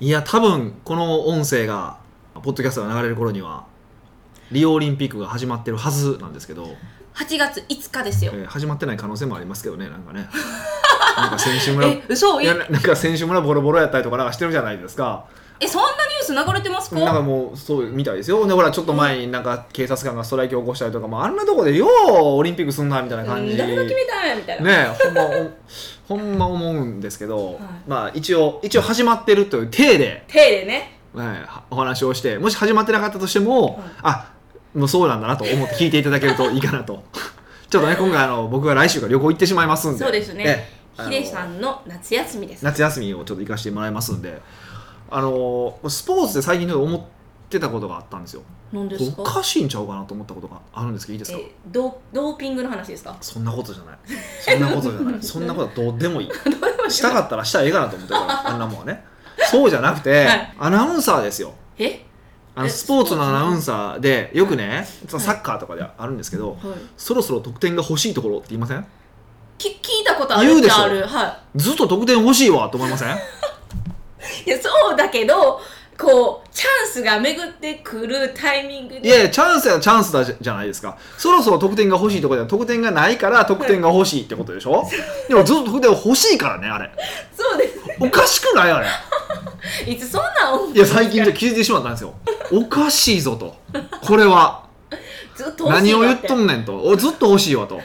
いや多分この音声がポッドキャストが流れる頃にはリオオリンピックが始まってるはずなんですけど、 8月5日ですえよー始まってない可能性もありますけどねなん かねなんか選手村いえ嘘やえななんか選手村ボロボロやったりとかなんかしてるじゃないですかえそんなニュース流れてますなんかかもうそうみたいですよでほらちょっと前になんか警察官がストライキを起こしたりとかもうあんなとこでようオリンピックすんなみたいなう感んじ誰が 決めたんみたいな、ねえほんまほんほんま思うんですけど、いまあ一応一応始まってるという体で、手でねねお話をしてもし始まってなかったとしても、はいあもうそうなんだなと思って聞いていただけるといいかなと ちょっとね今回あの僕が来週から旅行行ってしまいますんでそうですねええあヒのデさんの夏休みです夏休みをちょっと行かせてもらいますんであのスポーツで最近ちょっと思ってたことがあったんですよ何ですおかかしいんちゃうかなと思ったことがあるんですけどいいですかえドドーピングの話ですかそんなことじゃないそんなことじゃない そんなことはどうでもいいどう でもいいしたかったらしたらええかなと思ってるからあんなもんはねそうじゃなくて、はいアナウンサーですよえあのえスポーツのアナウンサーでよくねサいッカーとかであるんですけど、はいそろそろ得点が欲しいところって言いませんき聞いたことある言うでしょあるはずっと得点欲しいわと思いま せんいい やそうだけどこうチャンスが巡ってくるタイミングいやいでやチャンスはチャンスだじゃじゃないですかそろそろ得点が欲しいところでは得点がないから得点が欲しいってことでしょ、でもずっと得点欲しいからねあれそうですおかしくないあれいつそんなん思ういや最近で気づいてしまったんですよおかしいぞとこれはずっと欲し何いをわ言っとんねんとおずっと欲しいわと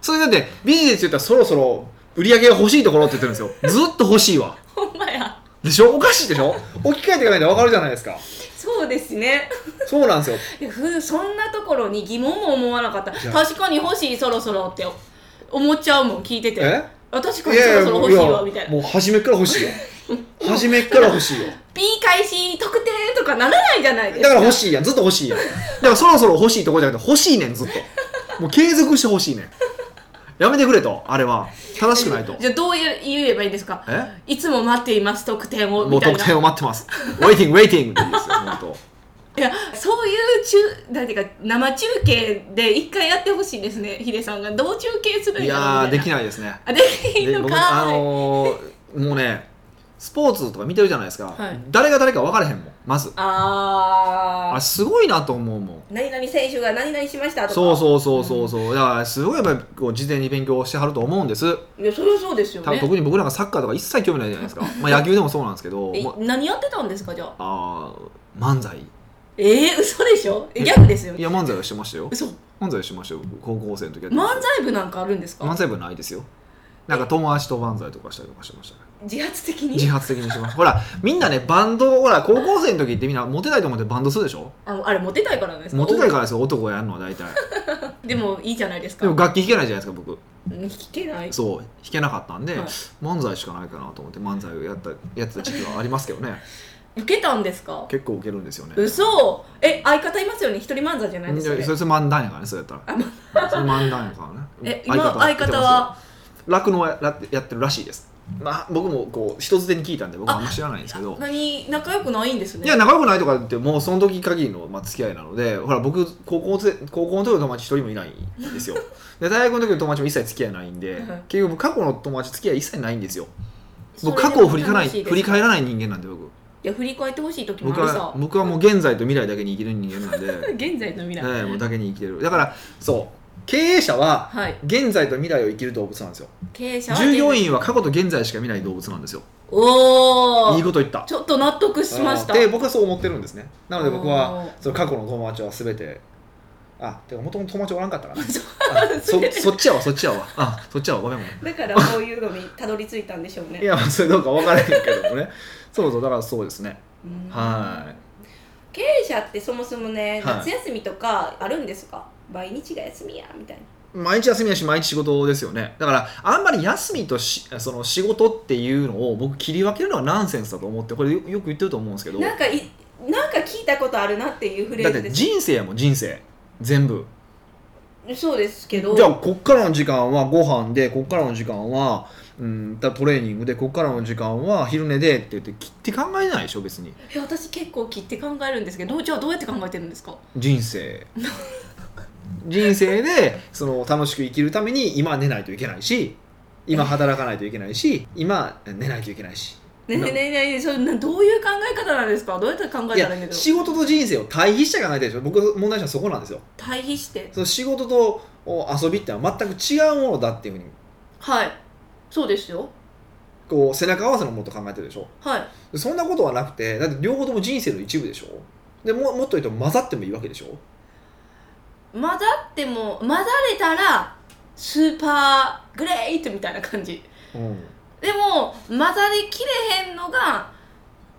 それだってビジネス言ったらそろそろ売り上げが欲しいところって言ってるんですよずっと欲しいわほんまやでしょおかしいでしょ置き換えていかないと分かるじゃないですかそうですねそうなんで すよいやふそんなところに疑問も思わなかったや確かに欲しいそろそろって思っちゃうもん聞いててえあ確かにそろそろ欲しいわみたいなもう初めから欲 しいよ初めから欲しいよ P 開始特定とかならないじゃないですだかから欲しいやんずっと欲しいやんだからそろそろ欲しいところじゃなくて欲しいねんずっともう継続して欲しいねんやめてくれとあれは正しくないとじゃあどう言う言えばいいんですかえいつも待っています特典をもみうたい得な点を待ってます。ウェイティング、ウェイティングって言うんですよ、本当。いやそういう中なんていうか生中継で一回やってほしいですねヒデさんがどう中継 するんいやろやー、でみたきないですね。あできんでの僕、かあのー、もうね、スポーツとか見てるじゃないですか。はい誰が誰か分からへんもん、まず。ああ、ーすごいなと思うもん。何々選手が何々しましたとかそうそうそうそうそう、だからすごいやっぱりこう事前に勉強してはると思うんです、ういやそれはそうですよ多分ね特に僕なんかサッカーとか一切興味ないじゃないですかまあ野球でもそうなんですけど、えま何やってたんですかじゃああー漫才いえー、嘘でしょえギャグですよや漫才はしてましたよ嘘漫才してましたよ高校生の時は漫才部なんかあるんです漫か才部はないですよなんか友達と漫才とかしたりとかしてましたね自発的に自発的にしますほらみんなねバンドほら高校生の時ってみんなモテたいと思ってバンドするでしょああれモテたいからなんですかモテたいからですよ男がやるのは大体おでもいいじゃないですかでも楽器弾けないじゃないですか僕うん聞けないそう弾けなかったんで、はい漫才しかないかなと思って漫才をやったやってた時期はありますけど ね受けたんですか結構ウケるんですよね嘘え相方いますよね一人漫才じゃないみんなですそかれそれ漫談やからねそれやったらそれ漫談やからねえ今相方は楽のややってるらしいですまあ僕もこう人づてに聞いたんで僕はあんま知らないんですけど何仲良くないんですねいや仲良くないとかってもうその時限りの、まあ、付き合いなのでほら僕高校生高校の時の友達一人もいないん ですよで大学の時の友達も一切付き合いないんで、はい結局過去の友達付き合い一切ないんですよそれ僕過去を振り返らない楽しいです振り返らない人間なんで僕いや振り返ってほしい時も僕あるはさ僕はもう現在と未来だけに生きる人間なん で、現在の未え来、えもうだけに生きてるだからそう経営者ははい現在と未来を生きる動物なんですよ経営者は従業員は過去と現在しか見ない動物なんですよおいいおこと言ったちょっと納得しましたで僕はそう思ってるんですねなので僕あはーその過去の友達は全てあてかもともと友達おらんか ったからそうあそそっちやわそっちやわあそっちやわごめんごめんだからこういうのにたどり着いたんでしょうねいやそれどうか分からへんけどもねそうそうだからそうですねうんは経営者ってそもそもねはい夏休みとかあるんですか、毎日が休みやみたいない毎日休みだし毎日仕事ですよねだからあんまり休みとしその仕事っていうのを僕切り分けるのはナンセンスだと思ってこれよよく言ってると思うんですけどなんかいなんか聞いたことあるなっていうフレだっーズてです人生やもん人生全部そうですけどじゃあこっからの時間はご飯でこっからの時間はうんだトレーニングでこっからの時間は昼寝でって言って切って考えないでしょ別にえ私結構切って考えるんですけどじゃあどうやって考えてるんですか人 生人生でその楽しく生きるために今寝ないといけないし今働かないといけないし今寝ないといけないしねえねえねえそれなどういう考え方なんですかどうやって考えいたらいいんやだろう仕事と人生を対比して考えてるでしょ僕問題したのはそこなんですよ対比してその仕事とお遊びってのは全く違うものだっていうふうにはいそうですよこう背中合わせのものと考えてるでしょはいでそんなことはなくてだって両方とも人生の一部でしょでももっと言うと混ざってもいいわけでしょ混ざっても混ざれたらスーパーグレートみたいな感じ うんでも混ざりきれへんのが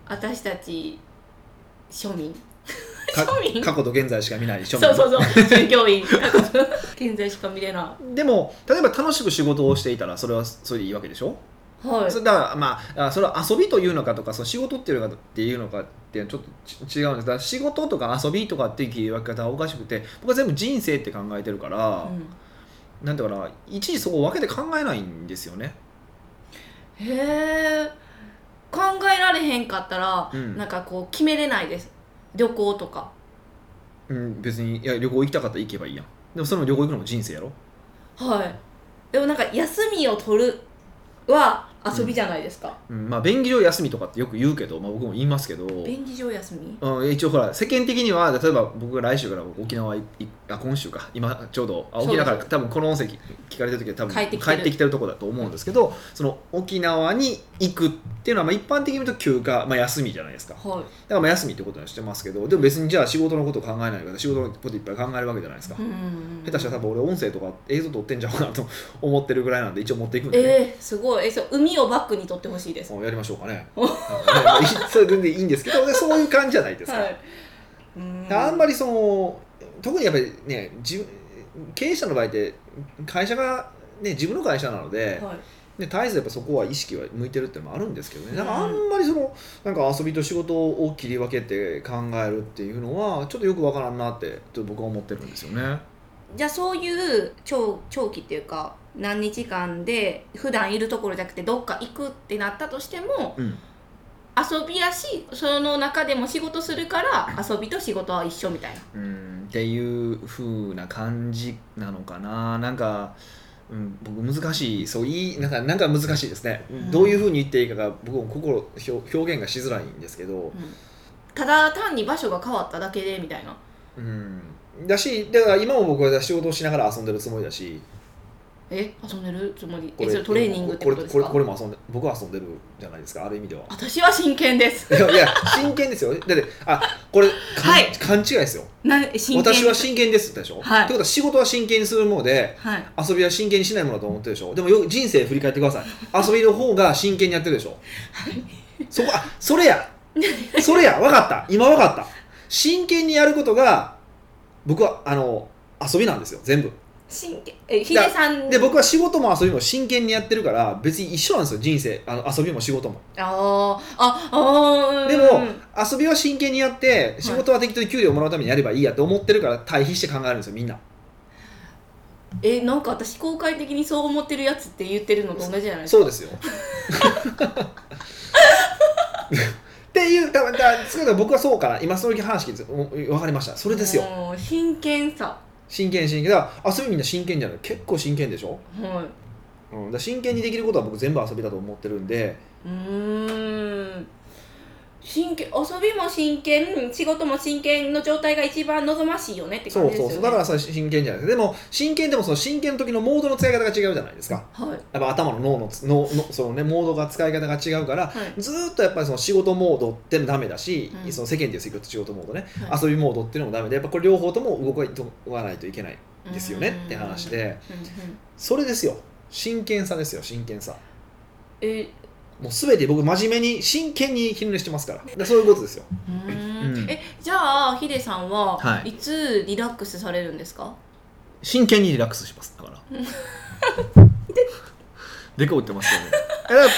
私たち庶民か庶民過去と現在しか見ない庶民そうそうそう従 業員現在しか見れなでも例えば楽しく仕事をしていたらそれはそれでいいわけでしょ、いはいそれだからまああそれは遊びというのかとかその仕事っていうのかっていうのかってちょっとち違うんですだから仕事とか遊びとかっていう切り分け方はおかしくて僕は全部人生って考えてるから、なんていうかないちいちそこを分けて考えないんですよね。うんへえ考えられへんかったら、うんなんかこう決めれないです旅行とかうん、別にいや旅行行きたかったら行けばいいやんでもそれも旅行行くのも人生やろはいでもなんか休みを取るは遊びじゃないですか、うん、まあ便宜上休みとかってよく言うけど、まあ、僕も言いますけど、便宜上休みうん、一応ほら世間的には例えば僕が来週から沖縄いいあ今週か今ちょうどあ沖縄からそう多分この音声聞聞かれてる時は多分帰ってきてるるとこだと思うんですけどその沖縄に行くっていうのはまあ一般的に言うと休暇、まあ、休みじゃないですかだかはらまあ休みってことにしてますけどでも別にじゃあ仕事のことを考えないから仕事のこといっぱい考えるわけじゃないですかい、うん下手したら多分俺音声とか映像撮ってんじゃんかなと思ってるぐらいなんで一応持っていくんでね、えー、すごいえそう海をバックに撮ってほしいです、おやりましょうかね。おはいいそれ全然いいんですけど、でそういう感じじゃないですか。はい、うんあんまりその特にやっぱりね自分経営者の場合って会社が、ね、自分の会社なので、はいね、絶えずやっぱそこは意識は向いてるってのもあるんですけどねだからうんあんまりそのなんか遊びと仕事を切り分けて考えるっていうのはちょっとよくわからんなってちょっと僕は思ってるんですよね。じゃあそういう長長期っていうか何日間で普段いるところじゃなくてどっか行くってなったとしてもうん遊びやしその中でも仕事するから遊びと仕事は一緒みたいなうんっていう風な感じなのかななんか、うん、僕難しいそういいなんかなんか難しいですね、うんどういう風に言っていいかが僕も心表表現がしづらいんですけど、ただ単に場所が変わっただけでみたいなうん、だしだから今も僕は仕事をしながら遊んでるつもりだしえ遊んでるつもりえそれトレーニングってことですこれかこれこれも遊んで僕は遊んでるじゃないですかある意味では。私は真剣ですいやいや真剣ですよだってあこれ、かんはい勘違いですよな真剣です私は真剣ですって言ったでしょ、はいってことは仕事は真剣にするものではい遊びは真剣にしないものだと思ってるでしょでもよく人生振り返ってください遊びの方が真剣にやってるでしょそこあそれやそれや分かった今分かった真剣にやることが僕はあの遊びなんですよ全部真剣えヒデさんで僕は仕事も遊びも真剣にやってるから別に一緒なんですよ人生あの遊びも仕事もあーああーでうもん遊びは真剣にやって仕事は適当に給料をもらうためにやればいいやと思ってるから対比して考えるんですよみんなえなんか私公開的にそう思ってるやつって言ってるのと同じじゃないですそかうですよ。っていう、だだだそういうの僕はそうかな、今その時話聞いてお分かりました、それですよ、もう真剣さ真剣、真剣、だから遊びみんな真剣じゃない、結構真剣でしょ、はうん、だから真剣にできることは僕、全部遊びだと思ってるんで、いうーん真剣遊びも真剣仕事も真剣の状態が一番望ましいよねってそ感うじでそすようそねう、だからそれ真剣じゃないですか、でも、真剣でもその真剣の時のモードの使い方が違うじゃないですか、はいやっぱ頭の脳のつ脳のその、ね、モードが使い方が違うから、はいずーっとやっぱりその仕事モードってのダメだし、うんその世間でいう仕事モードね、はい遊びモードっていうのもダメでやっぱこれ両方とも動かないといけないんですよねって話でうんうんそれですよ真剣さですよ真剣さえもう全て僕真面目に真剣に昼寝してますからだからそういうことですようーんうんえじゃあヒデさんは、はいい、つリラックスされるんですか真剣にリラックスしますだから でこ打ってますよね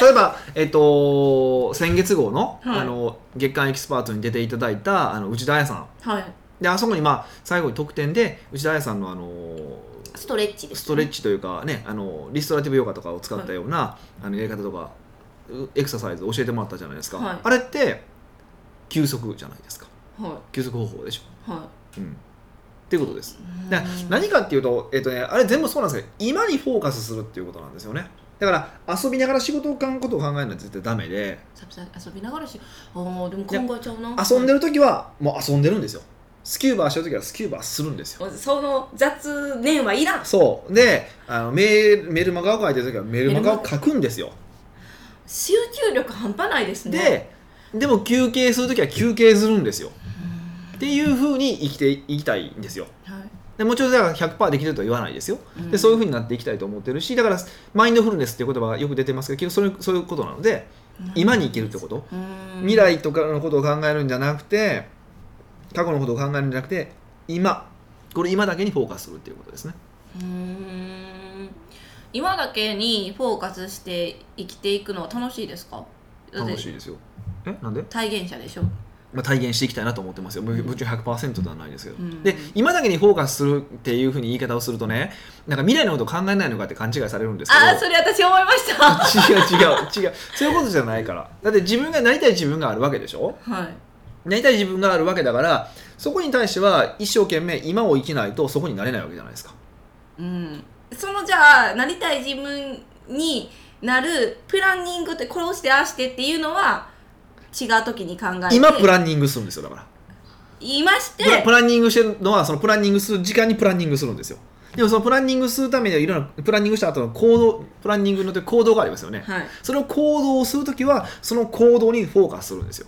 例えば、えっと先月号の,、はいあの月刊エキスパートに出ていただいたあの内田彩さんはいであそこに、まあ、最後に特典で内田彩さんのあのストレッチです、ストレッチというかねあのリストラティブヨガとかを使ったような、あのやり方とかうエクササイズ教えてもらったじゃないですか、はいあれって休息じゃないですかは休息方法でしょ、いはうん、っていうことですいだ何かっていうと,、えっとね、あれ全部そうなんですけど今にフォーカスするっていうことなんですよねだだから遊びながら仕事をかんことを考えるのは絶対ダメでさびさび遊びながらしあーでも考えちゃうな遊んでる時はもう遊んでるんですよスキューバーしてる時はスキューバーするんですよもうその雑念はいらんそうであのメールメルマガを書いてる時はメルマガを書くんですよ集中力半端ないですねででも休憩する時は休憩するんですようんっていうふうに生きていきたいんですよはいでもちろんだから100%できてるとは言わないですようんでそういうふうになっていきたいと思ってるしだからマインドフルネスっていう言葉がよく出てますけど結局そういうそういうことなので今に生きるってことうん未来とかのことを考えるんじゃなくて過去のことを考えるんじゃなくて今これ今だけにフォーカスするっていうことですねうーん今だけにフォーカスして生きていくのは楽しいですかだって楽しいですよえなんで、体現者でしょまあ、体現していきたいなと思ってますよもうもちろん100%ではないですけど、うんで今だけにフォーカスするっていうふうに言い方をするとねなんか未来のことを考えないのかって勘違いされるんですけどああそれ私思いました は違う違う違うそういうことじゃないからだって自分がなりたい自分があるわけでしょいなりたい自分があるわけだからそこに対しては一生懸命今を生きないとそこになれないわけじゃないですかうん、そのじゃあなりたい自分になるプランニングってこれをしてああしてっていうのは違う時に考えて今プンランニングするんですよだからいましてプラプランニングしてるのはそのプランニングする時間にプランニングするんですよでもそのプランニングするためにはいろんなプランニングした後の行動プランニングの行動がありますよねはいその行動をするときはその行動にフォーカスするんですよ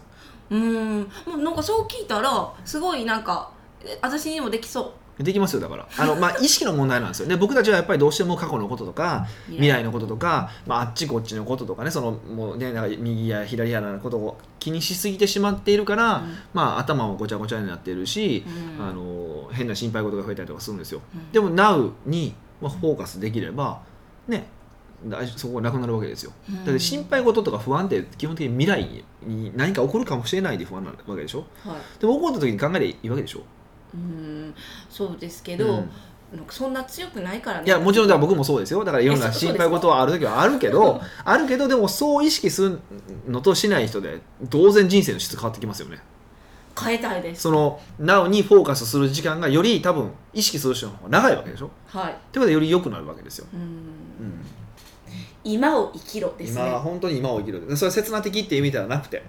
うんもうなんかそう聞いたらすごいなんかえ私にもできそできますよだからあの、まあ、意識の問題なんですよで僕たちはやっぱりどうしても過去のこととかう未来のこととか、まあ、あっちこっちのこととかねそのもうねなんか右や左やらのことを気にしすぎてしまっているから、うんまあ、頭もごちゃごちゃになっているしう、んあの変な心配事が増えたりとかするんですようんでも Now にまあフォーカスできればね大そこがなくなるわけですよだって心、配事とか不安って基本的に未来に何か起こるかもしれないで不安なわけでしょうんはいでも起こった時に考えればいいわけでしょうんそうですけど、うんなんかそんな強くないからねいやもちろんだから僕も そうですよだからいろんな心配事はある時はあるけどあるけどでもそう意識するのとしない人で当然人生の質変わってきますよね変えたいですその Now にフォーカスする時間がより多分意識する人の方が長いわけでしょはいってことでより良くなるわけですよ、うんうん今を生きろですね今は本当に今を生きるそれは刹那的っていう意味ではなくて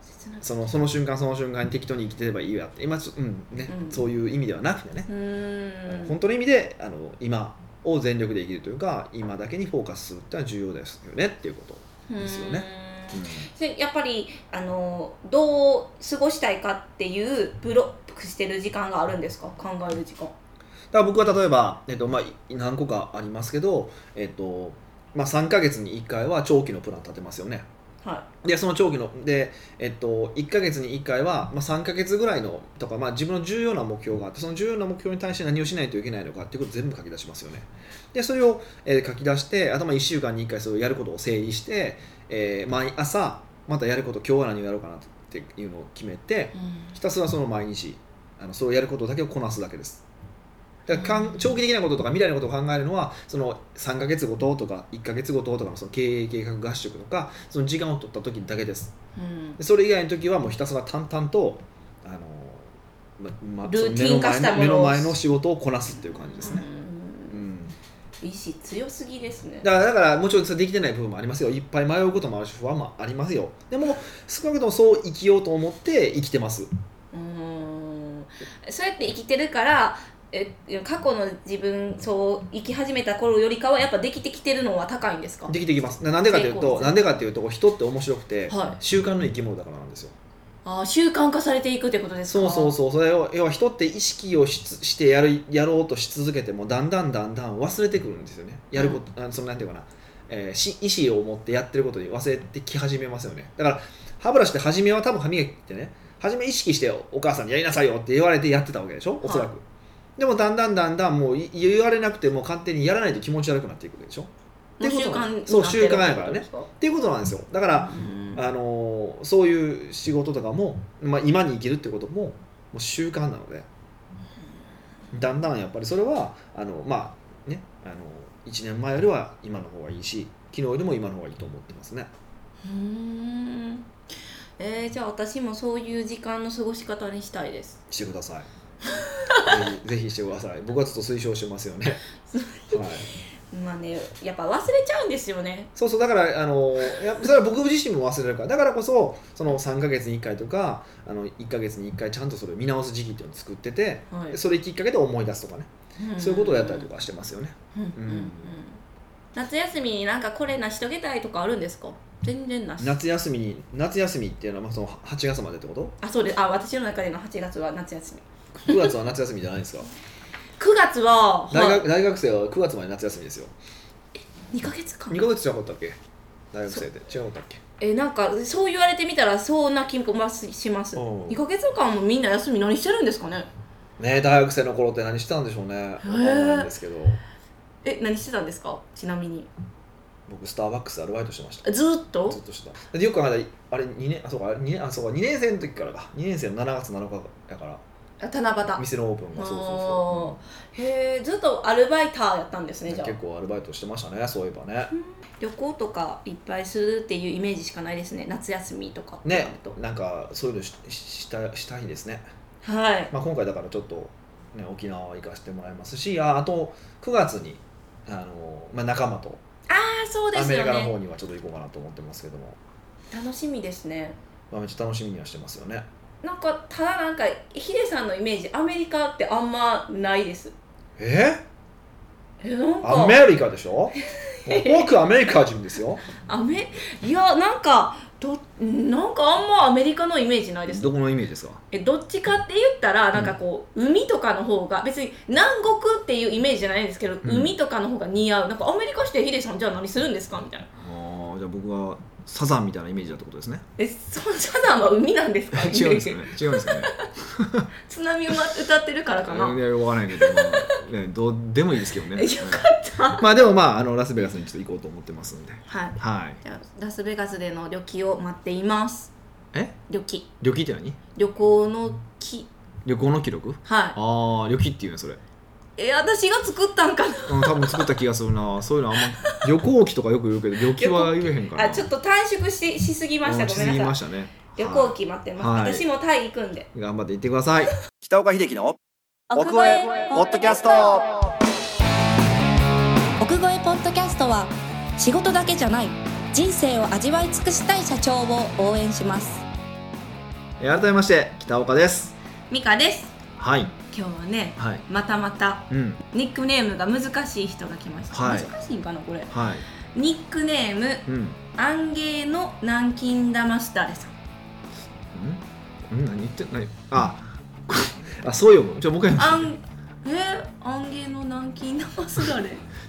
切なそのその瞬間その瞬間に適当に生きてればいいやって今ちょ、うんねうんそういう意味ではなくてね、うん本当の意味であの今を全力で生きるというか今だけにフォーカスするってのは重要ですよねっていうこと、ですよねうんでやっぱりあのどう過ごしたいかっていうブロックしてる時間があるんですか考える時間だから僕は例えば、えっとまあ、い何個かありますけど、えっとまあ、3か月に1回は長期のプラン立てますよねはでその長期ので、えっと、1か月に1回は、まあ、3か月ぐらいのとか、まあ、自分の重要な目標があってその重要な目標に対して何をしないといけないのかっていうことを全部書き出しますよねでそれを、えー書き出して頭1週間に1回それをやることを整理して、えー毎朝またやること今日は何をやろうかなっていうのを決めてい、ひたすらその毎日あのそれをやることだけをこなすだけですだからかん長期的なこととか未来のことを考えるのはその3ヶ月ごととか1ヶ月ごととかのその経営計画合宿とかその時間を取った時だけですうんでそれ以外の時はもうひたすら淡々とあの、ままルーティン化しそのたも目ののを前の目の前の仕事をこなすっていう感じですね、ううんん、意志強すぎですねだからだからもちろんそれできてない部分もありますよいっぱい迷うこともあるし不安もありますよでも少なくともそう生きようと思って生きてますうんそうやって生きてるからえ過去の自分そう生き始めた頃よりかはやっぱできてきてるのは高いんですかできてきますななんでかという成功と率なんでかというと人って面白くて、はい習慣の生き物だからなんですよあー習慣化されていくってことですそかうそうそうそれを要は人って意識をしつしてやるやろうとし続けてもだんだんだんだん忘れてくるんですよねやること、あのそのなんていうかな、えーし意思を持ってやってることに忘れてき始めますよねだから歯ブラシって初めは多分歯磨きってね初め意識してお母さんにやりなさいよって言われてやってたわけでしょおそらく、はでもだんだんだんだんもうい言われなくても勝手にやらないと気持ち悪くなっていくでしょもうって習ことな慣んになってるそう習慣やからってことでねすかっていうことなんですよだから、うんあのーそういう仕事とかも、まあ、今に生きるってことももう習慣なのでだんだんやっぱりそれはあのまあねあの1年前よりは今の方がいいし昨日よりも今の方がいいと思ってますねうーんえー、じゃあ私もそういう時間の過ごし方にしたいですしてくだ さいぜひぜひしてください僕はちょっと推奨してますよね、はい、まあねやっぱ忘れちゃうんですよねそうそうだからあのいやそれは僕自身も忘れるからだからこそその3か月に1回とかあの1か月に1回ちゃんとそれを見直す時期っていうのを作っててはいそれきっかけで思い出すとかねそういうことをやったりとかしてますよねうんうんうんうん夏休みになんかこれ成し遂げたいとかあるんですか全然なし夏休みに夏休みっていうのはまあその8月までって ことあそうですあ私の中での8月は夏休み9月は夏休みじゃないんですか9月は大は学大学生は9月まで夏休みですよ2ヶ月間2か月じゃなかったっけ大学生で違うかったっけえなんかそう言われてみたらそんな気もしますうん2ヶ月間もみんな休み何してるんですかねね大学生の頃って何してたんでしょうねわかんないんですけどえ何してたんですかちなみに僕スターバックスでアルバイトしてましたずーっとずっとしてたでよく考えたらあれ2年あそうか二年あそうか2年生の時からか2年生の7月7日やからあ七夕店のオープンがそうそうおそーへえずっとアルバイターやったんですう、ねじゃあ結構アルバイトしてましたねそういえばね旅行とかいっぱいするっていうイメージしかないですね夏休みとかってなねると、なんかそういうのしししたしたいですね、はいまあ、今回だからちょっと、ね、沖縄は行かせてもらいますしああと9月にあの、まあ、仲間とあそうでアすメリよカのね方にはちょっと行こうかなと思ってますけども、楽しみですねまあ、めっちゃ楽しみにはしてますよねなんかただなんかヒデさんのイメージアメリカってあんまないですええなんかアメリカでしょ 僕アメリカ人ですよアメいやなんかどなんかあんまアメリカのイメージないですどこのイメージですかえどっちかって言ったらなんかこう、海とかの方が別に南国っていうイメージじゃないんですけど、ん海とかの方が似合うなんかアメリカしてヒデさんじゃあ何するんですかみたいなああじゃあ僕はサザンみたいなイメージだってことですねえそのサザンは海なんですか 違うんですよね違うんですよね津波を歌ってるからかな、 いやわからないけど、まあね、どうでもいいですけどねえよかったまあでもまああのラスベガスにちょっと行こうと思ってますんではいはいじゃあラスベガスでの旅行を待っていますえ旅行旅記って何旅行の木旅行の記録はいああ旅記っていうねそれ、え私が作ったんかなうん、多分作った気がするなそういうのあんま 旅行記とかよく言うけど旅記は言えへんからあちょっと短縮ししすぎましたうんごしめすんぎなさいましたね旅行記待ってます、はい私もタイ行くんではい頑張って行ってください北岡秀樹の奥越えポッドキャスト奥越えポッドキャストは仕事だけじゃない人生を味わい尽くしたい社長を応援しますえー改めまして北岡ですミカですはい今日はねはいまたまたうんニックネームが難しい人が来ました、はい難しいんかなこれはいニックネームうんアンゲーの南京玉スターですんん何言ってないあ あそう読むじゃあもう一回アンえアンゲーの南京玉すだれ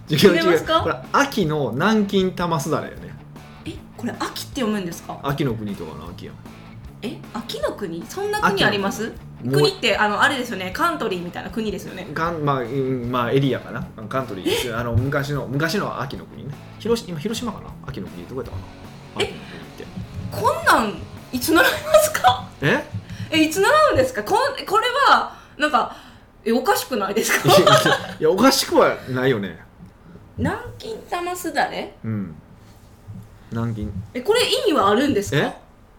違う読め違まうすかこれ秋の南京玉すだれやねえこれ秋って読むんですか秋の国とかの秋やんえ秋の国そんな国ありますもう国ってあのあれですよねカントリーみたいな国ですよねかんまあ、うんまあエリアかなカントリーですあの昔の昔の秋の国ね広島今広島かな秋の国どこやったかなえ秋の国ってこんなんいつ習いますか ええいつ習うんですかこんこれはなんかえおかしくないですか いやおかしくはないよね南京玉すだれうん南京えこれ意味はあるんですえか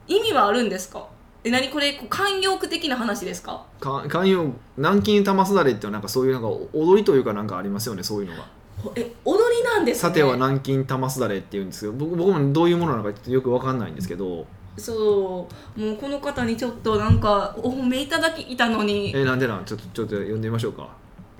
意味はあるんですかえ何これこう慣用句的な話ですかか寛容南京玉すだれってなんかそういうなんか踊りというかなんかありますよねそういうのがほえ踊りなんですねさては南京玉すだれっていうんですけど僕僕もどういうものなのかちょっとよくわかんないんですけどそうもうこの方にちょっとなんかお褒めいただきいたのにえなんでなんちょっとちょっと読んでみましょうか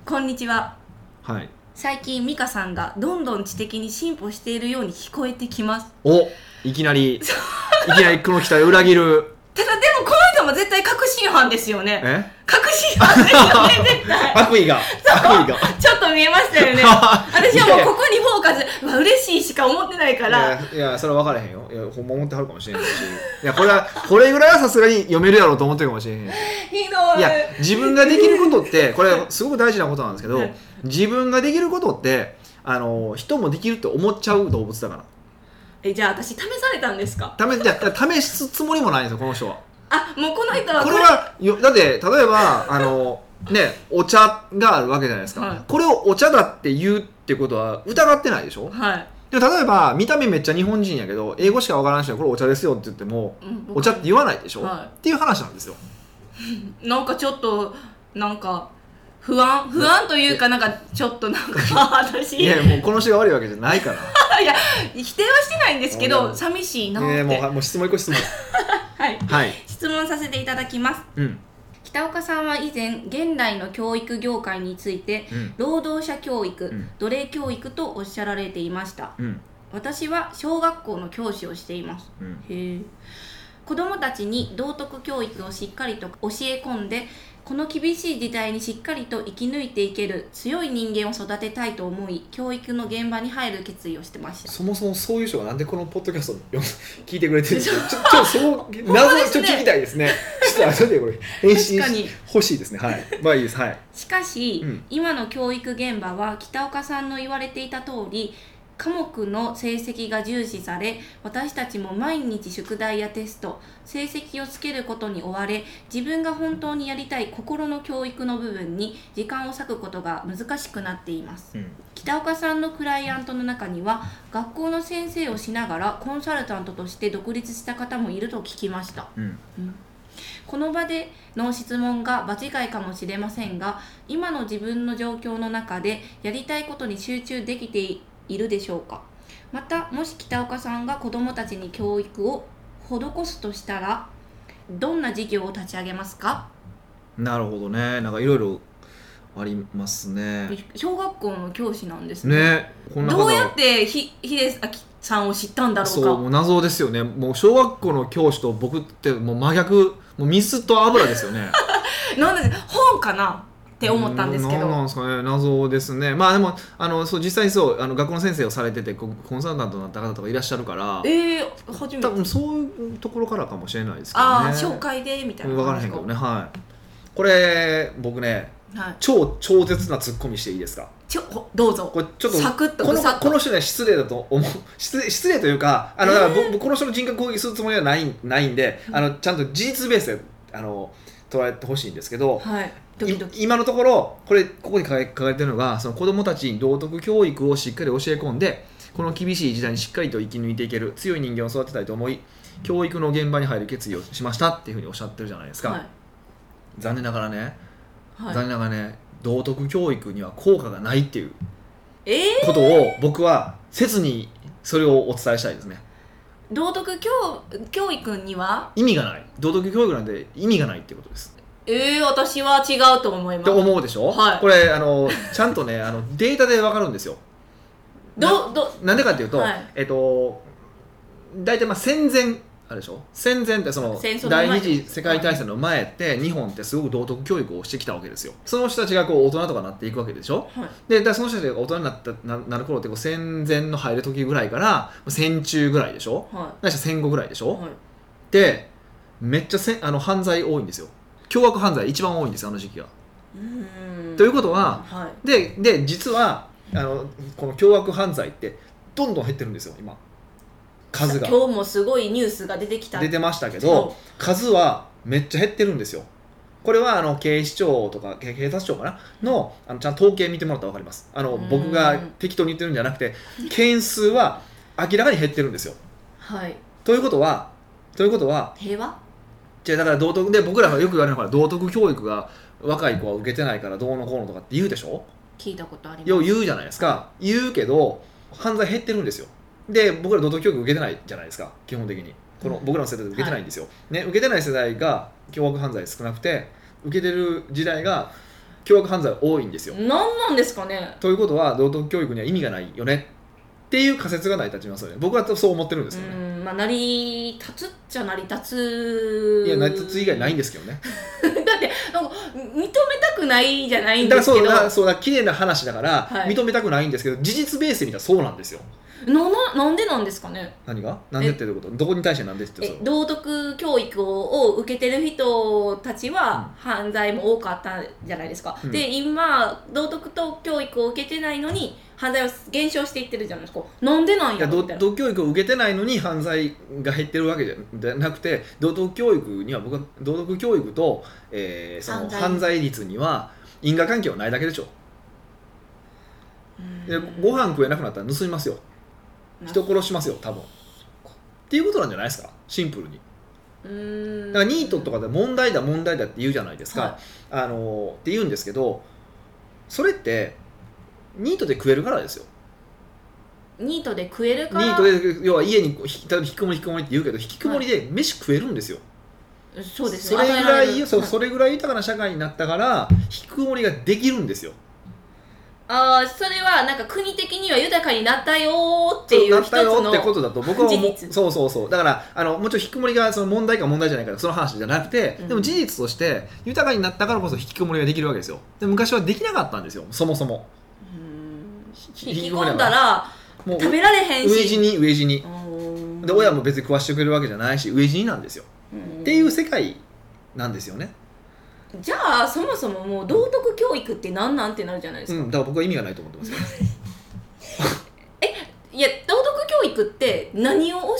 こんにちははい最近美香さんがどんどん知的に進歩しているように聞こえてきますおいきなりいきなりこの期待を裏切るただでもこの人も絶対確信犯ですよねえ確信犯ですよね 絶対悪意が悪意がちょっと見えました よね私はもうここにフォーカスうわ嬉しいしか思ってないかいらやいやそれは分からへんよいやほんま思ってはるかもしれないしいやこれはこれぐらいはさすがに読めるやろうと思ってるかもしれへんひどいいや自分ができることってこれすごく大事なことなんですけどはい自分ができることってあの人もできるって思っちゃう動物だからえじゃあ私試されたんですか試じゃ試すつもりもないんですよこの人は。あもうこの人はこれはよだって例えばあのねお茶があるわけじゃないですか、はいこれをお茶だって言うってことは疑ってないでしょはい、でも例えば見た目めっちゃ日本人やけど英語しかわからん人はこれお茶ですよって言ってもうんお茶って言わないでしょ、はっていう話なんですよなんかちょっとなんか不安不安というかなんかちょっとなんか 私い やもうこの人が悪いわけじゃないから否定はしてないんですけうどん寂しいなっねて、えもうはもう質問一個質 問はいはい質問させていただきますうん北岡さんは以前現代の教育業界についてうん労働者教育、うん奴隷教育とおっしゃられていましたうん私は小学校の教師をしていますうんへえ子どもたちに道徳教育をしっかりと教え込んでこの厳しい時代にしっかりと生き抜いていける強い人間を育てたいと思い教育の現場に入る決意をしてましたそもそもそういう人がなんでこのポッドキャストを読む聞いてくれてるんです かちょちょっとその謎をちょっと聞きたいです ねちょっと後でこれ返信確かに欲しいですねはいまあいいですはいしかし、うん今の教育現場は北岡さんの言われていた通り科目の成績が重視され私たちも毎日宿題やテスト成績をつけることに追われ自分が本当にやりたい心の教育の部分に時間を割くことが難しくなっていますうん北岡さんのクライアントの中には学校の先生をしながらコンサルタントとして独立した方もいると聞きましたうんこの場での質問が場違いかもしれませんが今の自分の状況の中でやりたいことに集中できているでしょうかまたもし北岡さんが子どもたちに教育を施すとしたらどんな事業を立ち上げますかなるほどねなんかいろいろありますね小学校の教師なんですねこんな方どうやがってひヒデあきさんを知ったんだろうそうもかう謎ですよねもう小学校の教師と僕ってもう真逆もう水と油ですよ ねなんで本かなって思ったんですけうなどんですかね謎ですねまあでもあのそう実際にそうあの学校の先生をされててコンコンサルタントになった方とかいらっしゃるからえー、初めて多分そういうところからかもしれないですけどねああ、紹介でみたいな分からへんけどねはいこれ僕ねはい、超超絶なツッコミしていいですかちょほどうぞこれちょっとサクッとこのぐさっとこの人には失礼だと思う 失礼失礼というかあのだから僕、僕この人の人格攻撃するつもりはないないんであのちゃんと事実ベースであの捉えてほしいんですけど、はいドキドキい今のところこれここに書かれ書かれてるのがその子どもたちに道徳教育をしっかり教え込んでこの厳しい時代にしっかりと生き抜いていける強い人間を育てたいと思い教育の現場に入る決意をしましたっていうふうにおっしゃってるじゃないですか、はい残念ながらね、はい残念ながらね道徳教育には効果がないっていうえことを僕は切にそれをお伝えしたいですねー、道徳教教育には意味がない道徳教育なんて意味がないっていうことですえー、私は違うと思いっまてす思うでしょ、はいこれあのちゃんとねあのデータでわかるんですよどどなんでかっていうと、はいえっと大体まあ戦前あれでしょ戦前ってその戦争の前第二次世界大戦の前って日本ってすごく道徳教育をしてきたわけですよその人たちがこう大人とかなっていくわけでしょはいでだからその人たちが大人になったななる頃ってこう戦前の入る時ぐらいから戦中ぐらいでしょはないしは戦後ぐらいでしょ、いはいでめっちゃせんあの犯罪多いんですよ凶悪犯罪一番多いんですよあの時期が、うーんということははいでで実はあのこの凶悪犯罪ってどんどん減ってるんですよ今数が今日もすごいニュースが出てきた出てましたけど数はめっちゃ減ってるんですよこれはあの警視庁とかけ警察庁かなのあのちゃんと統計見てもらったら分かりますあのうん僕が適当に言ってるんじゃなくて件数は明らかに減ってるんですよはいということはということは平和じゃあだから道徳で僕らがよく言われるのは道徳教育が若い子は受けてないからどうのこうのとかって言うでしょ聞いたことありよまうす言うじゃないですか言うけど犯罪減ってるんですよで僕ら道徳教育受けてないじゃないですか基本的にこのうん僕らの世代で受けてないんですよ、ね、受けてない世代が凶悪犯罪少なくて受けてる時代が凶悪犯罪多いんですよ、何なんですかねということは道徳教育には意味がないよねっていう仮説が成り立ちますよね僕はそう思ってるんですうよね、んまあ成り立つっちゃ成り立ついや成り立つ以外ないんですけどね だってなんか認めたくないじゃないんだかでらすそけうどだそうだ綺麗な話だから、はい認めたくないんですけど事実ベースで見たらそうなんですよなななんでなんですかね何がなんでってどういうことどこに対してなんでってえそれは道徳教育をを受けてる人たちは犯罪も多かったじゃないですか、うんで今道徳と教育を受けてないのに犯罪は減少していってるじゃないですかなんでなんいやや道ろみたいな道教育を受けてないのに犯罪が減ってるわけじゃなくて道徳教育には僕は道徳教育と、えーその犯罪犯罪率には因果関係はないだけでしょうんでご飯食えなくなったら盗みますよ人殺しますよ多分っていうことなんじゃないですかシンプルにうーんだからニートとかで問題だ問題だって言うじゃないですか、はあのーって言うんですけどそれってニートで食えるからですよニートで食えるかニーらトで要は家にひ例えば引きこもり引きこもりって言うけど引きこもりで飯食えるんですよ、そうですそれぐら与えいるそうはいそれぐらい豊かな社会になったから引きこもりができるんですよああそれはなんか国的には豊かになったよーっていうな一っつたよってこのとだと僕は思事う実そうそうそうだからあのもちろん引きこもりがその問題か問題じゃないからその話じゃなくて、うんでも事実として豊かになったからこそ引きこもりができるわけですよで昔はできなかったんですよそもそもうんひ引きこもり込んかだらもう食べられへんし飢え死に飢え死にうんで親も別に食わしてくれるわけじゃないし飢え死になんですよ、うんっていう世界なんですよね、じゃあそもそももう道徳教育って何なんってなるじゃないでうすか、ん、だから僕は意味がないと思ってますよいや道徳教育って何を教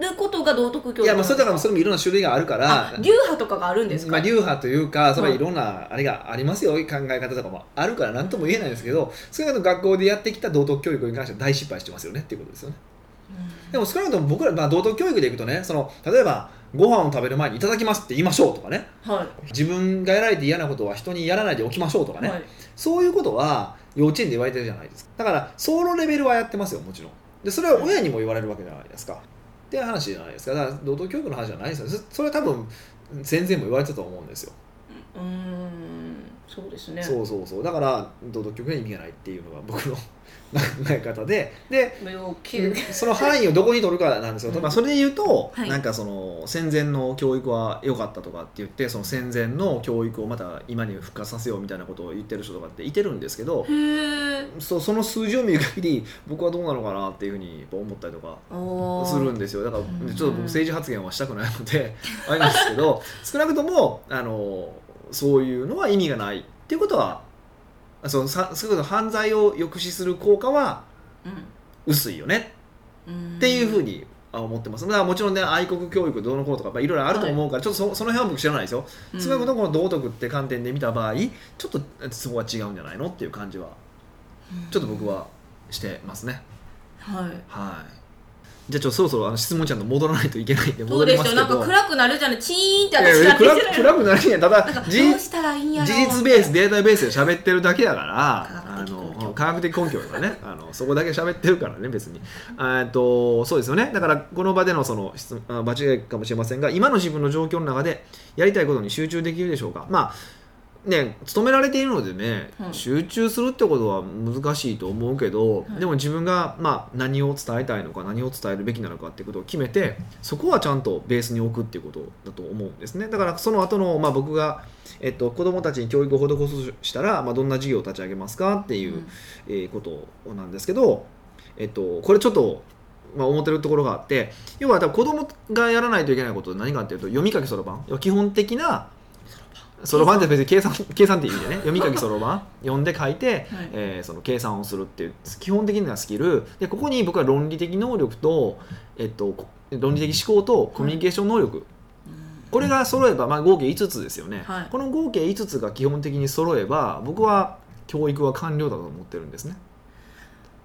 えることが道徳教育いやまあそれだかららそれもいろんな種類があるからあ流派とかがあるんですか、まあ、流派というかそれはうんいろんなあれがありますよ、考え方とかもあるから何とも言えないですけど少なくとも学校でやってきた道徳教育に関しては大失敗してますよねっていうことですよねうんでも少なくとも僕ら、まあ、道徳教育でいくとねその例えばご飯を食べる前に「いただきます」って言いましょうとかねはい自分がやられて嫌なことは人にやらないでおきましょうとかね、はいそういうことは幼稚園で言われてるじゃないですかだからそのレベルはやってますよもちろんでそれは親にも言われるわけじゃないですかっていう話じゃないですかだから道徳教育の話じゃないですよそそれは多分先生も言われてたと思うんですようーんそうですねそうそうそうだから道徳教育には意味がないっていうのが僕の考え方でで要求その範囲をどこに取るかなんですよ、うんまあ、それで言うと、はいなんかその戦前の教育は良かったとかって言ってその戦前の教育をまた今に復活させようみたいなことを言ってる人とかっていてるんですけどへーそうその数字を見る限り僕はどうなのかなっていうふうにやっぱ思ったりとかおーするんですよだからうんちょっと僕政治発言はしたくないので あれなんですけど少なくともあのそういうのは意味がないっていうことはそのさ少なくとも犯罪を抑止する効果は薄いよねうんっていうふうにあ思ってますだからもちろんね愛国教育どうのこうのとかまあいろいろあると思うから、ちょっとそその辺は僕知らないですようん少なくともこの道徳って観点で見た場合ちょっとそこは違うんじゃないのっていう感じはちょっと僕はしてますね。はいはい。じゃあちょっとそろそろあの質問ちゃんと戻らないといけないんでそ戻うでりますすけよど。なんか暗くなるじゃないチーンっていや私いだやって暗してくる暗くなりねたなんかだどうじしたらいいんやろ事実ベースデータベースで喋ってるだけだから科学あ的根拠の科学的根拠だからねあのそこだけ喋ってるからね別にえっとそうですよねだからこの場でのその質あ間違いかもしれませんが今の自分の状況の中でやりたいことに集中できるでしょうかまあね、勤められているのでね、はい集中するってことは難しいと思うけど、はいでも自分が、まあ、何を伝えたいのか何を伝えるべきなのかってことを決めてそこはちゃんとベースに置くっていうことだと思うんですねだからその後の、まあ僕が、えっと、子どもたちに教育を施すとしたら、まあ、どんな事業を立ち上げますかっていう、うんえーことなんですけど、えっと、これちょっと、まあ、思ってるところがあって要は多分子供がやらないといけないことは何かっていうと読み書きそろばん要は基本的なそろばんって別に計算計算って意味でね読み書きそろばん 読んで書いて、はいえーその計算をするっていう基本的なスキルでここに僕は論理的能力と、えっと、こ論理的思考とコミュニケーション能力、これが揃えば、まあ、合計5つですよね、はいこの合計5つが基本的に揃えば僕は教育は完了だと思ってるんですね。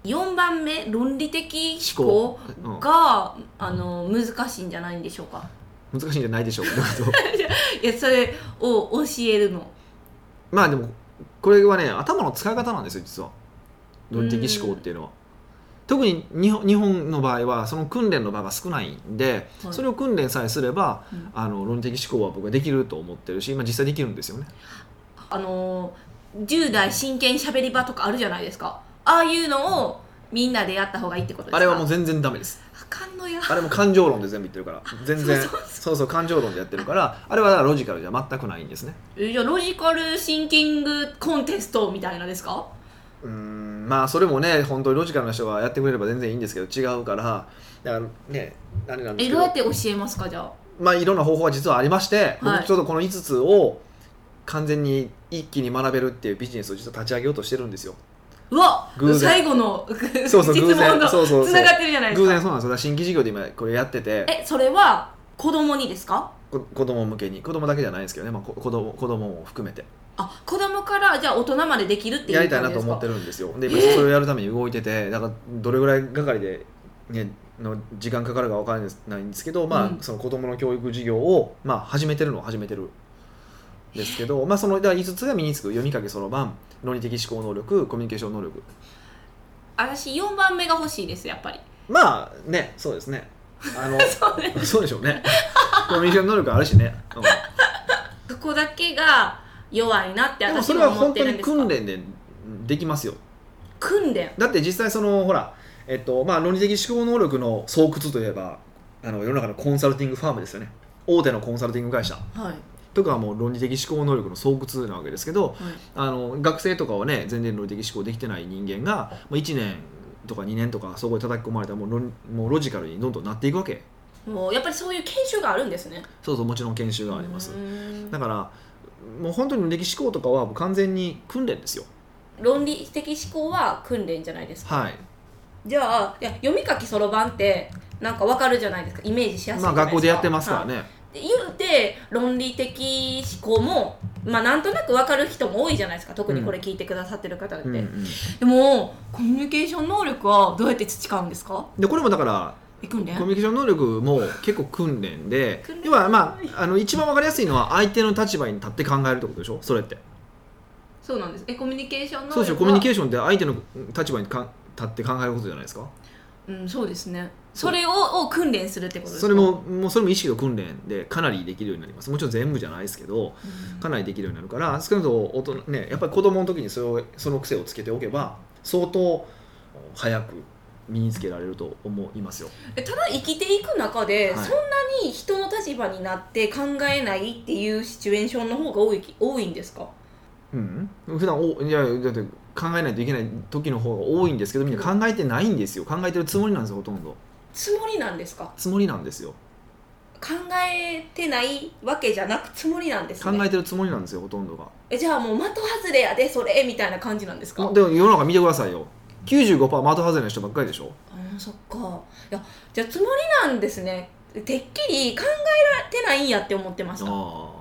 4番目論理的思考うんが、あの難しいんじゃないんでしょうか難しいんじゃないでしょうかいやそれを教えるの まあでもこれはね頭の使い方なんですよ実は論理的思考っていうのは。特に日本日本の場合はその訓練の場が少ないんで、はいそれを訓練さえすればうんあの論理的思考は僕はできると思ってるし今実際できるんですよね。あの10代真剣しゃべり場とかあるじゃないですかああいうのをみんなでやった方がいいってことですかあれはもう全然ダメです。あかんのやあれも感情論で全部言ってる から全然そうそうそうそう感情論でやってるからあれはだからロジカルじゃ全くないんですね。えじゃあロジカルシンキングコンテストみたいなですかうーんまあそれもね本当にロジカルな人がやってくれれば全然いいんですけど違うからだからねあれなんでえすけどうやどって教えますかじゃあまあいろんな方法は実はありまして、はい僕ちょっとこの5つを完全に一気に学べるっていうビジネスを実は立ち上げようとしてるんですようわ偶然最後のそうそう質偶然問のそうそうそうつながってるじゃないです偶然かそうなんですよだから新規事業で今これやっててえそれは子供にですかこ子供向けに子供だけじゃないですけどね、まあ、こ子供子供も含めてあ子供からじゃあ大人までできるっていうや感りじたですいなかと思ってるんですよでえ今それをやるために動いててだからどれぐらいがかりで、ね、の時間かかるかわからないですないんですけど、まあうんその子供の教育事業を、まあ、始めてるのは始めてるですけど、まあ、そのだから5つが身につく読み書きそろばん論理的思考能力コミュニケーション能力私4番目が欲しいですやっぱりまあねそうですねあ のそうねそうでしょうねコミュニケーション能力あるしね、うんそこだけが弱いなってでも私それはも思本って当るんにです訓が練でできますよ訓練だって実際そのほら、えっとまあ、論理的思考能力の巣窟といえばあの世の中のコンサルティングファームですよね大手のコンサルティング会社はいとかはもう論理的思考能力の巣窟なわけですけど、はいあの学生とかはね全然論理的思考できてない人間がもう1年とか2年とかそこで叩き込まれたらもう論もうロジカルにどんどんなっていくわけもうやっぱりそういう研修があるんですねそうそうもちろん研修がありますうーんだからもう本当に論理的思考とかはもう完全に訓練ですよ論理的思考は訓練じゃないですかはいじゃあいや読み書きそろばんってなんかわかるじゃないですかイメージしやすいじまゃあない学校でやってますからはいね、で言うて論理的思考もまあなんとなくわかる人も多いじゃないですか特にこれ聞いてくださってる方って、うんうんでもコミュニケーション能力はどうやって培うんですかでこれもだからえ訓練コミュニケーション能力も結構訓練で訓練要はまああの一番わかりやすいのは相手の立場に立って考えるってことでしょそれってそうなんですえコミュニケーション能力そうはですよコミュニケーションって相手の立場にか立って考えることじゃないですかうんそうですねそそうれをを訓練するってことですそかれももうそれも意識の訓練でかなりできるようになりますもちろん全部じゃないですけどかなりできるようになるから少なくとも大人、ね、やっぱり子供の時にそれをその癖をつけておけば相当早く身につけられると思いますよえただ生きていく中で、はいそんなに人の立場になって考えないっていうシチュエーションの方が多いき多いんですかうん、普段おいやだって考えないといけない時の方が多いんですけどみんな考えてないんですよ考えてるつもりなんですよほとんどつもりなんですかつもりなんですよ考えてないわけじゃなくつもりなんです考ねえてるつもりなんですよほとんどがえじゃあもう的外れやでそれみたいな感じなんですかまでも世の中見てくださいよ95%的外れの人ばっかりでしょあそっかいやじゃあつもりなんですねてっきり考えられてないんやって思ってましたああ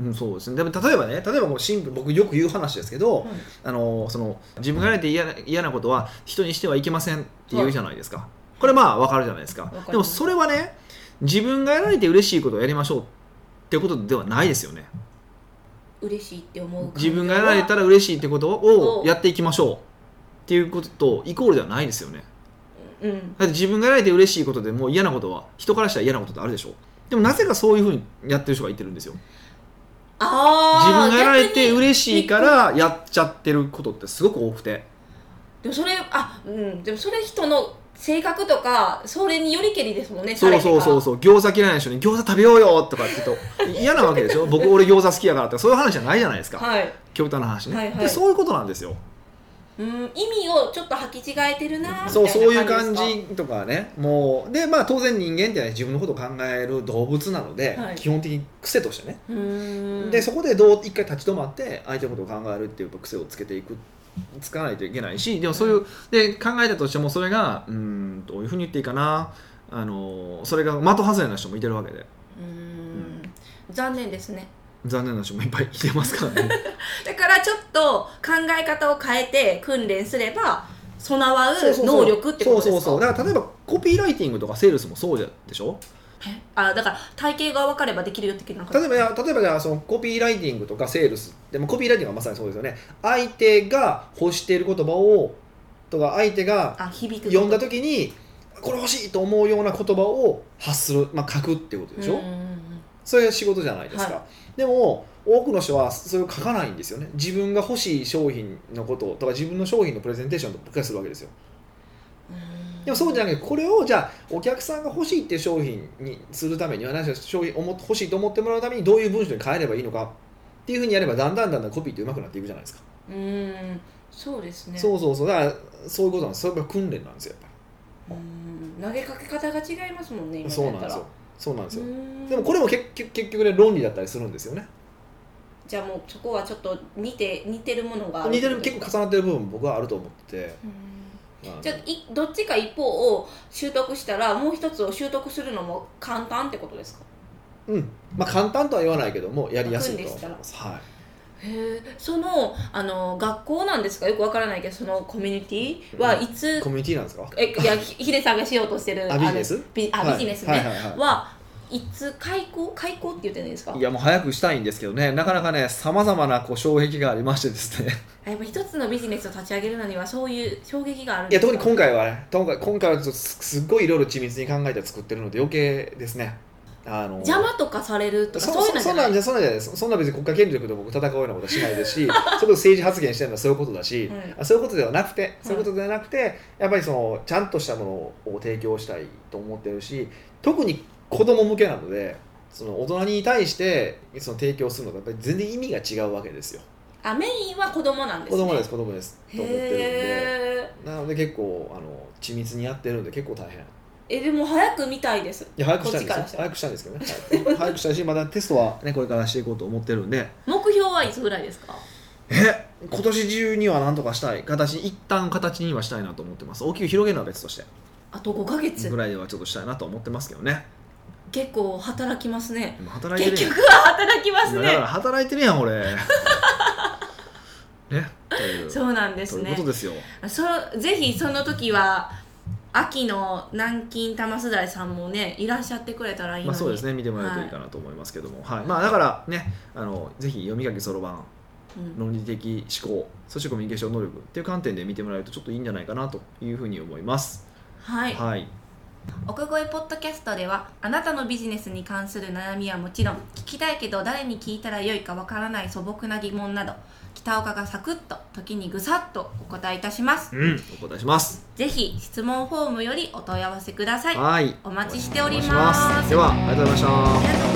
うん、そうですねでも例えばね例えばもうシンプル僕よく言う話ですけど、はいあのその自分がやられて嫌な嫌なことは人にしてはいけませんって言うじゃないですか、これまあわかるじゃないですかかりますでもそれはね自分がやられて嬉しいことをやりましょうってことではないですよね嬉しいって思う感情自は分がやられたら嬉しいってことをおやっていきましょうっていうこととイコールではないですよねうんだって自分がやられて嬉しいことでも嫌なことは人からしたら嫌なことってあるでしょでもなぜかそういうふうにやってる人がいてるんですよあ自あ分がやられて嬉しいからやっちゃってることってすごく多くてでもそれあうんでもそれ人の性格とかそれによりけりですもんねそうそうそうそそう餃子嫌いな人に餃子食べようよとかって言うと嫌なわけでしょ僕俺餃子好きやからとかそういう話じゃないじゃないですかはい、極端な話ね、はいはいでそういうことなんですようん、意味をちょっと履き違えてるなそうみたそういなう感ですかじとかねもうでまあ当然人間って、ね、自分のことを考える動物なので、はい基本的に癖としてね、うーんでそこでどう一回立ち止まって相手のことを考えるっていう癖をつけていくつかないといけないしでもそういう、で考えたとしてもそれがうーんどういうふうに言っていいかなあのそれが的外れな人もいてるわけでうーん残念ですね残念な人もいっぱいいてますからねだからちょっと考え方を変えて訓練すれば備 わうそうそうそう能力ってことですかそうそうそうだから例えばコピーライティングとかセールスもそうじゃでしょえあだから体型が分かればできるよって聞いたのか例えばや例えばじゃあそのコピーライティングとかセールスでもコピーライティングはまさにそうですよね相手が欲している言葉をとか相手があ響く読んだ時にこれ欲しいと思うような言葉を発する、まあ、書くってことでしょ、うんうんうんそれが仕事じゃないですか、でも多くの人はそれを書かないんですよね自分が欲しい商品のこととか自分の商品のプレゼンテーションとかするわけですようんでもそうじゃなくてこれをじゃあお客さんが欲しいっていう商品にするためには何しろ商品をも欲しいと思ってもらうためにどういう文章に変えればいいのかっていうふうにやればだんだんだんだんコピーってうまくなっていくじゃないですか、うんそうですねそうそうそうだからそういうことなんですそれが訓練なんですよやっうん投げかけ方が違いますもんぱりね今のそうやなんったでらすよそうなんですようんでもこれも結局結局ね論理だったりするんですよねじゃあもうそこはちょっと似て似てるものがある似てる結構重なってる部分僕はあると思ってうんて、じゃあいどっちか一方を習得したらもう一つを習得するのも簡単ってことですかうんまあ簡単とは言わないけどもやりやすいとは思います、はい、へえそのあの学校なんですかよくわからないけどそのコミュニティうはんいつ、コミュニティなんですかえいやひヒデさんがしようとしてるあビジネスあのビあビジネスね、はいはいはいはいはいつ開校開校って言ってないですかいやもう早くしたいんですけどねなかなかねさまざまなこう障壁がありましてですね やっぱ一つのビジネスを立ち上げるのにはそういう衝撃があるんいやです特にか今回はね今回今回はちょっとすすっごいいろいろ緻密に考えて作ってるので余計ですねあの邪魔とかされるとかそそうういそううのじそゃんなないんじゃそんなんじゃないですそんな別に国家権力と僕戦うようなことはしないですしそれを政治発言してるのはそういうことだし、はいあそういうことではなくてそういうことではなくて、やっぱりそのちゃんとしたものを提供したいと思ってるし特に子供向けなのでその大人に対してその提供するのがやっぱり全然意味が違うわけですよあメインは子供なんです、子ね、供です子供ですと思ってるんでへーなので結構あの緻密にやってるんで結構大変いえでも早く見たいですや早くしたいんこっちからですよ早くしたらしたいんですけどねはい早くしたいしまだテストは ねこれからしていこうと思ってるんで目標はいつぐらいですかえ今年中には何とかしたい形一旦形にはしたいなと思ってます大きく広げるのは別としてあと5ヶ月ぐらいではちょっとしたいなと思ってますけどね結構働きますねでも働いてる結やん局は働きます今だかねら働いてるやん 俺ねというそうなんですというねことですよそぜひその時は秋の南京玉すだれさんもねいらっしゃってくれたらいいのに、まあそうですね見てもらえるといいかなと思いますけども、はいまあだからねあのぜひ読み書きそろばんうん論理的思考そしてコミュニケーション能力っていう観点で見てもらえるとちょっといいんじゃないかなというふうに思います。はいはい、奥越ポッドキャストではあなたのビジネスに関する悩みはもちろん聞きたいけど誰に聞いたらよいかわからない素朴な疑問など北岡がサクッと時にぐさっとお答えいたしますうん、お答えします。ぜひ質問フォームよりお問い合わせくださいあはい、お待ちしておりますお願いしではありがとうございました。りがとうございます